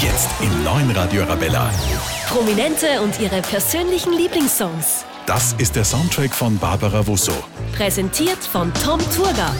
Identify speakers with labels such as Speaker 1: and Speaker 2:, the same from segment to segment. Speaker 1: Jetzt im neuen Radio Arabella.
Speaker 2: Prominente und ihre persönlichen Lieblingssongs.
Speaker 1: Das ist der Soundtrack von Barbara Wusso.
Speaker 2: Präsentiert von Tom Turga.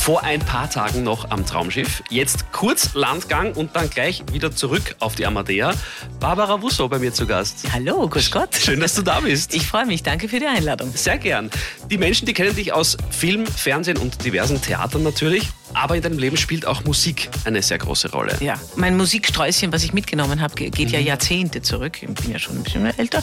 Speaker 3: Vor ein paar Tagen noch am Traumschiff. Jetzt kurz Landgang und dann gleich wieder zurück auf die Amadea. Barbara Wusso bei mir zu Gast.
Speaker 4: Hallo, grüß Gott.
Speaker 3: Schön, dass du da bist.
Speaker 4: Ich freue mich, danke für die Einladung.
Speaker 3: Sehr gern. Die Menschen, die kennen dich aus Film, Fernsehen und diversen Theatern natürlich. Aber in deinem Leben spielt auch Musik eine sehr große Rolle.
Speaker 4: Ja, Mhm. mein Musiksträußchen, was ich mitgenommen habe, ge- geht ja Jahrzehnte zurück. Ich bin ja schon ein bisschen älter.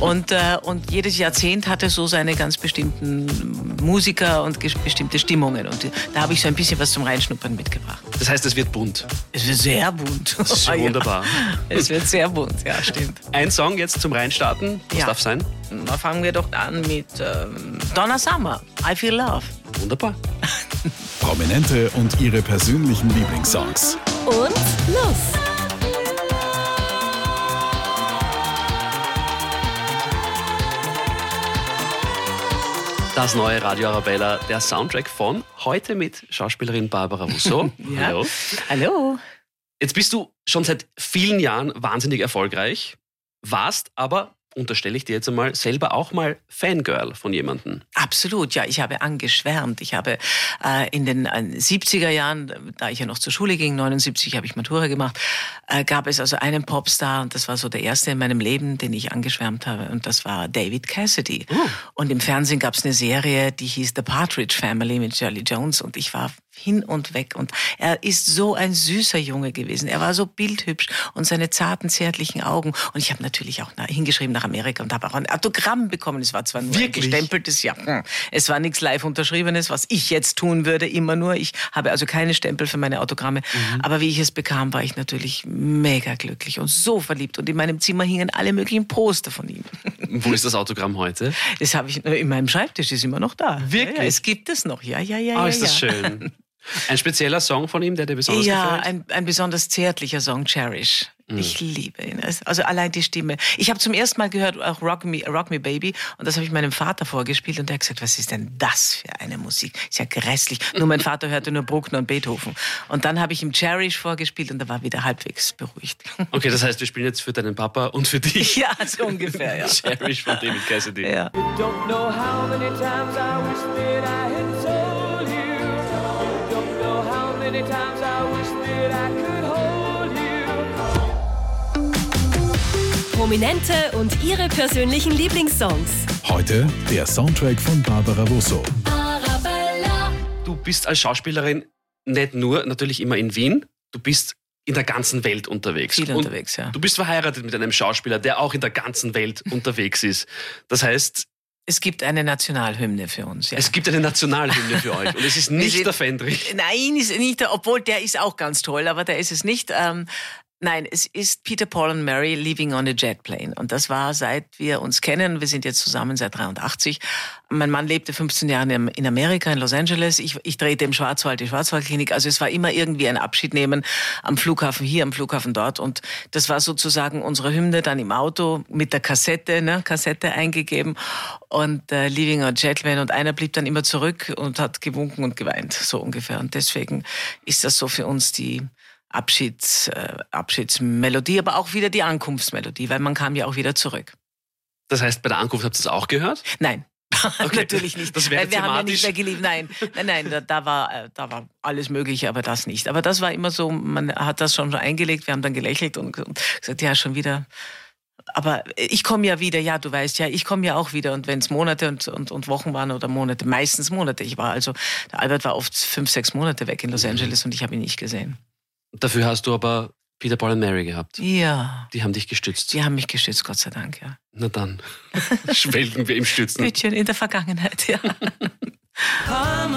Speaker 4: Und, äh, und jedes Jahrzehnt hatte so seine ganz bestimmten Musiker und ges- bestimmte Stimmungen. Und die- da habe ich so ein bisschen was zum Reinschnuppern mitgebracht.
Speaker 3: Das heißt, es wird bunt.
Speaker 4: Es wird sehr bunt.
Speaker 3: Das ist
Speaker 4: Ah, ja.
Speaker 3: wunderbar.
Speaker 4: Es wird sehr bunt, ja, stimmt.
Speaker 3: Ein Song jetzt zum Reinstarten. Das
Speaker 4: Ja.
Speaker 3: darf sein.
Speaker 4: Na, fangen wir doch an mit ähm, Donna Summer, I Feel Love.
Speaker 3: Wunderbar.
Speaker 1: Prominente und ihre persönlichen Lieblingssongs.
Speaker 2: Und los!
Speaker 3: Das neue Radio Arabella, der Soundtrack von heute mit Schauspielerin Barbara Wusso.
Speaker 4: Ja. Hallo.
Speaker 3: Jetzt bist du schon seit vielen Jahren wahnsinnig erfolgreich, warst aber, unterstelle ich dir jetzt einmal, selber auch mal Fangirl von jemandem.
Speaker 4: Absolut, ja. Ich habe angeschwärmt. Ich habe äh, in den äh, 70er Jahren, da ich ja noch zur Schule ging, 79 habe ich Matura gemacht, äh, gab es also einen Popstar und das war so der erste in meinem Leben, den ich angeschwärmt habe und das war David Cassidy. Und im Fernsehen gab es eine Serie, die hieß The Partridge Family mit Shirley Jones und ich war hin und weg und er ist so ein süßer Junge gewesen. Er war so bildhübsch und seine zarten, zärtlichen Augen und ich habe natürlich auch na- hingeschrieben nach Amerika und habe auch ein Autogramm bekommen. Es war zwar nur ein
Speaker 3: Wirklich?
Speaker 4: Gestempel, gestempeltes Ja. Hm. Es war nichts live unterschriebenes, was ich jetzt tun würde, immer nur. Ich habe also keine Stempel für meine Autogramme.
Speaker 3: Mhm.
Speaker 4: Aber wie ich es bekam, war ich natürlich mega glücklich und so verliebt. Und in meinem Zimmer hingen alle möglichen Poster von ihm.
Speaker 3: Wo ist das Autogramm heute?
Speaker 4: Das habe ich in meinem Schreibtisch, ist immer noch da.
Speaker 3: Wirklich?
Speaker 4: Ja, ja, es gibt es noch. Ja, ja, ja.
Speaker 3: Oh,
Speaker 4: ja,
Speaker 3: ist das
Speaker 4: ja.
Speaker 3: schön. Ein spezieller Song von ihm, der dir besonders
Speaker 4: Ja,
Speaker 3: gefällt?
Speaker 4: ein, ein besonders zärtlicher Song, Cherish.
Speaker 3: Mhm.
Speaker 4: Ich liebe ihn. Es- Also allein die Stimme. Ich habe zum ersten Mal gehört, auch Rock Me, Rock Me Baby, und das habe ich meinem Vater vorgespielt und der hat gesagt, was ist denn das für eine Musik? Ist ja grässlich. Nur mein Vater hörte nur Bruckner und Beethoven. Und dann habe ich ihm Cherish vorgespielt und er war wieder halbwegs beruhigt.
Speaker 3: Okay, das heißt, wir spielen jetzt für deinen Papa und für dich.
Speaker 4: ja, so ungefähr, ja.
Speaker 3: Cherish von David Cassidy.
Speaker 4: ja.
Speaker 5: Don't know how many times I wish that I had told you. Don't know how many times I wish that I could hold you.
Speaker 2: Prominente und ihre persönlichen Lieblingssongs.
Speaker 1: Heute der Soundtrack von Barbara Wusso.
Speaker 2: Arabella.
Speaker 3: Du bist als Schauspielerin nicht nur natürlich immer in Wien, du bist in der ganzen Welt unterwegs.
Speaker 4: Viel
Speaker 3: Und
Speaker 4: unterwegs, ja.
Speaker 3: Du bist verheiratet mit einem Schauspieler, der auch in der ganzen Welt unterwegs ist. Das heißt,
Speaker 4: Es gibt eine Nationalhymne für uns. Ja.
Speaker 3: es gibt eine Nationalhymne für euch und es ist nicht
Speaker 4: sind-
Speaker 3: der Fendrich.
Speaker 4: Nein, ist nicht, der- obwohl der ist auch ganz toll, aber der ist es nicht. Ähm, nein, es ist Peter, Paul und Mary Leaving on a Jet Plane. Und das war, seit wir uns kennen, wir sind jetzt zusammen seit 83. Mein Mann lebte 15 Jahre in in Amerika, in Los Angeles. Ich, ich drehte im Schwarzwald, die Schwarzwaldklinik. Also es war immer irgendwie ein Abschied nehmen am Flughafen hier, am Flughafen dort. Und das war sozusagen unsere Hymne dann im Auto mit der Kassette, ne, Kassette eingegeben und äh, Leaving a Gentleman und einer blieb dann immer zurück und hat gewunken und geweint, so ungefähr. Und deswegen ist das so für uns die Abschieds, äh, Abschiedsmelodie, aber auch wieder die Ankunftsmelodie, weil man kam ja auch wieder zurück.
Speaker 3: Das heißt, bei der Ankunft habt ihr das auch gehört?
Speaker 4: Nein. Natürlich nicht.
Speaker 3: Das wäre
Speaker 4: Weil wir haben ja
Speaker 3: thematisch.
Speaker 4: nicht mehr geliebt. Nein, nein, nein da, da, war, äh, da war alles Mögliche, aber das nicht. Aber das war immer so, man hat das schon eingelegt, wir haben dann gelächelt und und gesagt, ja, schon wieder. Aber ich komme ja wieder, ja, du weißt ja, ich komme ja auch wieder. Und wenn es Monate und, und, und Wochen waren oder Monate, meistens Monate. Ich war also, der Albert war oft fünf, sechs Monate weg in
Speaker 3: Mhm.
Speaker 4: Los Angeles und ich habe ihn nicht gesehen.
Speaker 3: Dafür hast du aber Peter, Paul und Mary gehabt.
Speaker 4: Ja,
Speaker 3: Die haben dich gestützt.
Speaker 4: die haben mich geschützt, Gott sei Dank, ja.
Speaker 3: Na dann, schwelgen wir im Stützen.
Speaker 4: Bütchen in der Vergangenheit, ja.
Speaker 5: I'm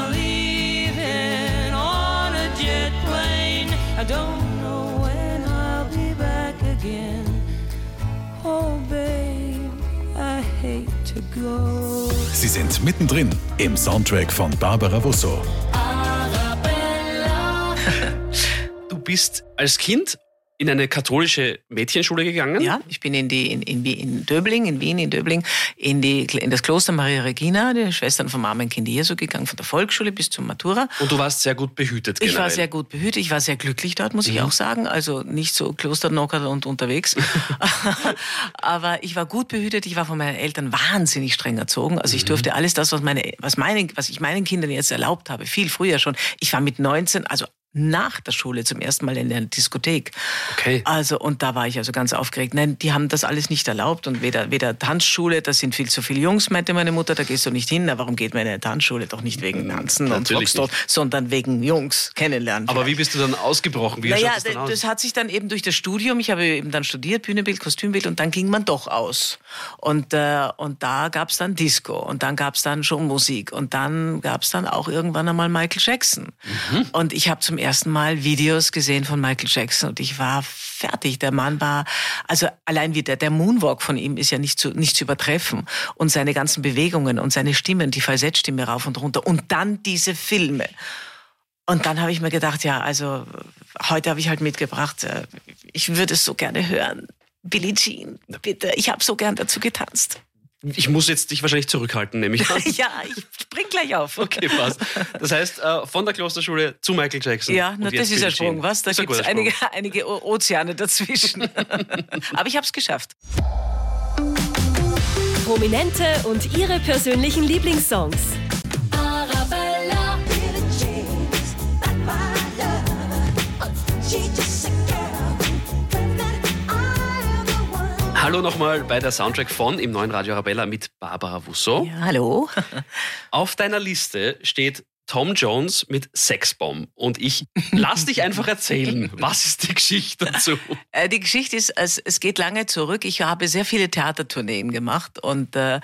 Speaker 5: leaving on a jet plane. I don't know when I'll be back again. Oh, babe, I hate to go.
Speaker 1: Sie sind mittendrin im Soundtrack von Barbara Wusso.
Speaker 3: Du bist als Kind in eine katholische Mädchenschule gegangen.
Speaker 4: Ja, ich bin in die in, in, in Döbling, in Wien, in Döbling, in, die, in das Kloster Maria Regina, die Schwestern vom armen Kind Jesu gegangen, von der Volksschule bis zur Matura.
Speaker 3: Und du warst sehr gut behütet
Speaker 4: Ich
Speaker 3: generell. Mhm.
Speaker 4: war sehr gut behütet, ich war sehr glücklich dort, muss ich auch sagen. Also nicht so klosternocker und unterwegs. Aber ich war gut behütet, ich war von meinen Eltern wahnsinnig streng erzogen. Also ich
Speaker 3: Mhm.
Speaker 4: durfte alles das, was, meine, was, meinen, was ich meinen Kindern jetzt erlaubt habe, viel früher schon. Ich war mit 19, also nach der Schule zum ersten Mal in der Diskothek.
Speaker 3: Okay.
Speaker 4: Also, und da war ich also ganz aufgeregt. Nein, die haben das alles nicht erlaubt und weder, weder Tanzschule, da sind viel zu viele Jungs, meinte meine Mutter, da gehst du nicht hin. Na, warum geht man in eine Tanzschule? Doch nicht wegen Tanzen und
Speaker 3: Natürlich
Speaker 4: Foxtrot, sondern wegen Jungs kennenlernen.
Speaker 3: Aber wie bist du dann ausgebrochen? Wie
Speaker 4: Naja,
Speaker 3: schaut das dann aus?
Speaker 4: das hat sich dann eben durch das Studium, ich habe eben dann studiert, Bühnenbild, Kostümbild und dann ging man doch aus. Und, äh, und da gab es dann Disco und dann gab es dann schon Musik und dann gab es dann auch irgendwann einmal Michael Jackson.
Speaker 3: Mhm.
Speaker 4: Und ich habe zum ersten Mal Videos gesehen von Michael Jackson und ich war fertig. Der Mann war, also allein wie der, der Moonwalk von ihm ist ja nicht zu, nicht zu übertreffen. Und seine ganzen Bewegungen und seine Stimmen, die Falsettstimme rauf und runter und dann diese Filme. Und dann habe ich mir gedacht, ja, also heute habe ich halt mitgebracht, äh, ich würde es so gerne hören. Billie Jean, bitte, ich habe so gern dazu getanzt.
Speaker 3: ich muss jetzt dich wahrscheinlich zurückhalten, nehme ich an.
Speaker 4: Ja, ich spring gleich auf.
Speaker 3: Okay, passt. Das heißt, äh, von der Klosterschule zu Michael Jackson.
Speaker 4: Ja,
Speaker 3: Und
Speaker 4: na,
Speaker 3: jetzt
Speaker 4: das ist ein
Speaker 3: Billie Jean.
Speaker 4: Sprung, was? Da
Speaker 3: Ist ein
Speaker 4: gibt es
Speaker 3: guter Sprung.
Speaker 4: einige, einige O- Ozeane dazwischen. Aber ich habe es geschafft.
Speaker 2: Prominente und ihre persönlichen Lieblingssongs.
Speaker 6: Arabella, Billie Jean, that's my love. She's oh, just a girl, but that I'm the one.
Speaker 3: Hallo nochmal bei der Soundtrack von im neuen Radio Arabella mit Barbara Wusso.
Speaker 4: Ja, hallo.
Speaker 3: Auf deiner Liste steht Tom Jones mit Sexbomb. Und ich lass dich einfach erzählen, was ist die Geschichte dazu?
Speaker 4: Äh, Die Geschichte ist, es, es geht lange zurück. Ich habe sehr viele Theatertourneen gemacht und, äh,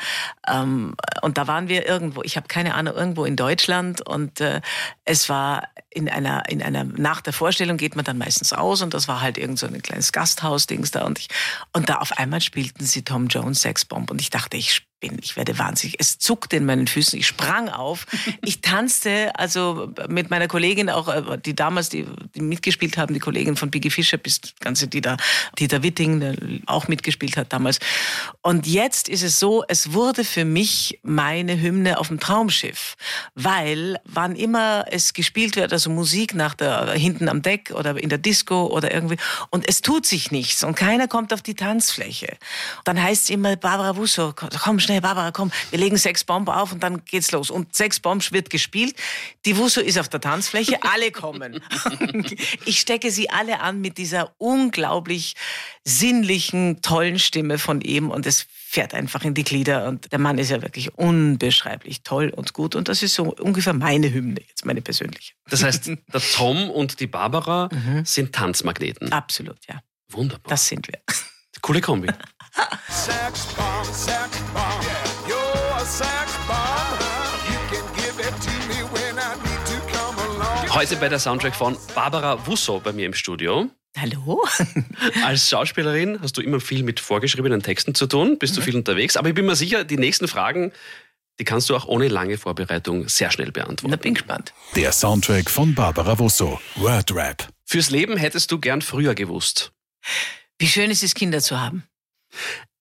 Speaker 4: ähm, und da waren wir irgendwo, ich habe keine Ahnung, irgendwo in Deutschland und äh, es war in einer, in einer, nach der Vorstellung geht man dann meistens aus und das war halt irgend so ein kleines Gasthaus-Dings da und ich, und da auf einmal spielten sie Tom Jones Sexbomb und ich dachte, ich bin, ich werde wahnsinnig. Es zuckte in meinen Füßen, ich sprang auf, ich tanzte, also mit meiner Kollegin auch, äh, die damals, die, die mitgespielt haben, die Kollegin von Biggie Fischer, bis die ganze Dieter, Dieter Witting, der auch mitgespielt hat damals. Und jetzt ist es so, es wurde für mich meine Hymne auf dem Traumschiff, weil wann immer es gespielt wird, also Musik nach der, hinten am Deck oder in der Disco oder irgendwie, und es tut sich nichts und keiner kommt auf die Tanzfläche. Dann heißt es immer, Barbara Wusso, komm schnell, Barbara, komm, wir legen sechs Bomben auf und dann geht's los. Und sechs Bomben wird gespielt. Die Wusso ist auf der Tanzfläche, alle kommen. ich stecke sie alle an mit dieser unglaublich sinnlichen, tollen Stimme von ihm und es fährt einfach in die Glieder und der Mann ist ja wirklich unbeschreiblich toll und gut und das ist so ungefähr meine Hymne, jetzt meine persönliche.
Speaker 3: Das heißt, der Tom und die Barbara sind Tanzmagneten.
Speaker 4: Absolut, ja.
Speaker 3: Wunderbar.
Speaker 4: Mhm. Ah, Das sind wir.
Speaker 3: Coole Kombi.
Speaker 7: Sex bomb, sex bomb. You're a sex bomb. You can give it to me when I need to come along.
Speaker 3: Heute bei der Soundtrack von Barbara Wusso bei mir im Studio.
Speaker 4: Hallo?
Speaker 3: Als Schauspielerin hast du immer viel mit vorgeschriebenen Texten zu tun, bist du
Speaker 4: Mhm.
Speaker 3: viel unterwegs, aber ich bin mir sicher, die nächsten Fragen, die kannst du auch ohne lange Vorbereitung sehr schnell
Speaker 4: Na,
Speaker 3: beantworten.
Speaker 4: bin gespannt.
Speaker 1: Der Soundtrack von Barbara Wusso. Wordrap.
Speaker 3: Fürs Leben hättest du gern früher gewusst.
Speaker 4: Wie schön es ist, Kinder zu haben.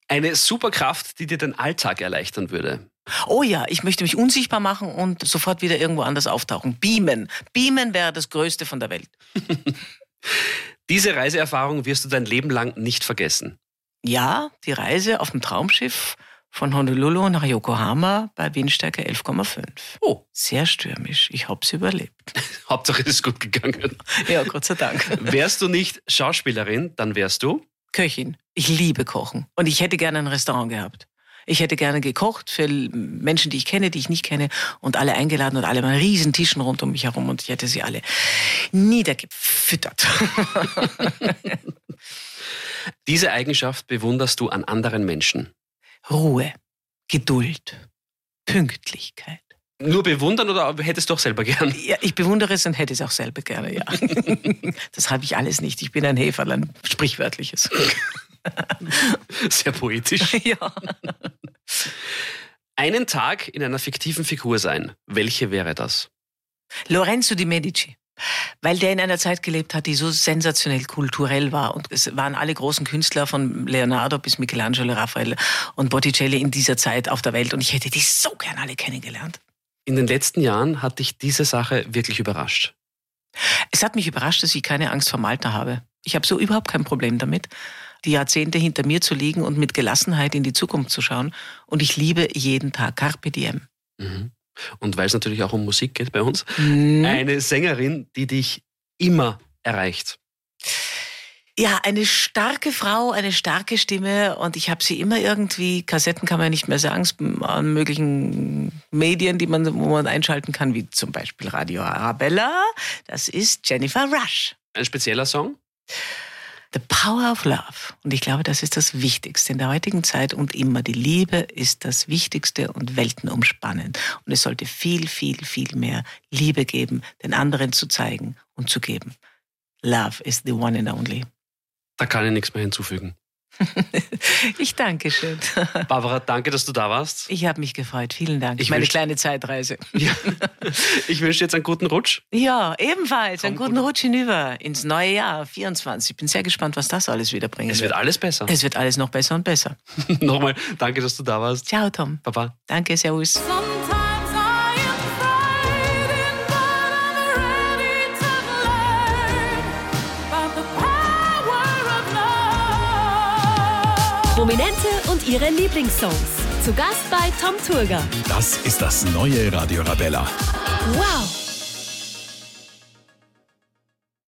Speaker 3: Eine Superkraft, die dir den Alltag erleichtern würde.
Speaker 4: Oh ja, ich möchte mich unsichtbar machen und sofort wieder irgendwo anders auftauchen. Beamen. Beamen wäre das Größte von der Welt.
Speaker 3: Diese Reiseerfahrung wirst du dein Leben lang nicht vergessen.
Speaker 4: Ja, die Reise auf dem Traumschiff von Honolulu nach Yokohama bei Windstärke 11,5.
Speaker 3: Oh.
Speaker 4: Sehr stürmisch. Ich hab's überlebt.
Speaker 3: Hauptsache, es ist gut gegangen.
Speaker 4: Ja, Gott sei Dank.
Speaker 3: Wärst du nicht Schauspielerin, dann wärst du.
Speaker 4: Köchin. Ich liebe Kochen. Und ich hätte gerne ein Restaurant gehabt. Ich hätte gerne gekocht für Menschen, die ich kenne, die ich nicht kenne und alle eingeladen und alle mal riesen Tischen rund um mich herum und ich hätte sie alle niedergefüttert.
Speaker 3: Diese Eigenschaft bewunderst du an anderen Menschen.
Speaker 4: Ruhe, Geduld, Pünktlichkeit.
Speaker 3: Nur bewundern oder hättest du auch selber gern?
Speaker 4: Ja, ich bewundere es und hätte es auch selber gerne, ja. das habe ich alles nicht. Ich bin ein Heferlein, sprichwörtliches.
Speaker 3: Sehr poetisch.
Speaker 4: ja.
Speaker 3: Einen Tag in einer fiktiven Figur sein. Welche wäre das?
Speaker 4: Lorenzo di Medici. Weil der in einer Zeit gelebt hat, die so sensationell kulturell war. Und es waren alle großen Künstler von Leonardo bis Michelangelo, Raffaele und Botticelli in dieser Zeit auf der Welt. Und ich hätte die so gern alle kennengelernt.
Speaker 3: In den letzten Jahren hat dich diese Sache wirklich überrascht.
Speaker 4: Es hat mich überrascht, dass ich keine Angst vorm Alter habe. Ich habe so überhaupt kein Problem damit, die Jahrzehnte hinter mir zu liegen und mit Gelassenheit in die Zukunft zu schauen. Und ich liebe jeden Tag Carpe Diem.
Speaker 3: Mhm. Und weil es natürlich auch um Musik geht bei uns,
Speaker 4: Äh? Hm?
Speaker 3: eine Sängerin, die dich immer erreicht.
Speaker 4: Ja, eine starke Frau, eine starke Stimme und ich habe sie immer irgendwie, Kassetten kann man ja nicht mehr sagen, es- an möglichen Medien, die man, wo man einschalten kann, wie zum Beispiel Radio Arabella, das ist Jennifer Rush.
Speaker 3: Ein spezieller Song?
Speaker 4: The Power of Love. Und ich glaube, das ist das Wichtigste in der heutigen Zeit und immer die Liebe ist das Wichtigste und weltenumspannend. Und es sollte viel, viel, viel mehr Liebe geben, den anderen zu zeigen und zu geben. Love is the one and only.
Speaker 3: Da kann ich nichts mehr hinzufügen.
Speaker 4: Ich danke schön.
Speaker 3: Barbara, danke, dass du da warst.
Speaker 4: Ich habe mich gefreut. Vielen Dank.
Speaker 3: Ich
Speaker 4: Meine
Speaker 3: wünsch-
Speaker 4: kleine Zeitreise.
Speaker 3: Ja. Ich wünsche dir jetzt einen guten Rutsch.
Speaker 4: Ja, ebenfalls. Einen
Speaker 3: Komm
Speaker 4: guten Rutsch hinüber ins neue Jahr 24. Ich bin sehr gespannt, was das alles wieder bringt.
Speaker 3: Es wird alles besser.
Speaker 4: es wird alles noch besser und besser.
Speaker 3: Nochmal, danke, dass du da warst.
Speaker 4: Ciao, Tom.
Speaker 3: Baba.
Speaker 4: Danke, Servus.
Speaker 6: Sometimes I am fighting, but I'm ready to learn about the power of love.
Speaker 2: Prominente und ihre Lieblingssongs. Zu Gast bei Tom Turger.
Speaker 1: Das ist das neue Radio Rabella.
Speaker 2: Wow!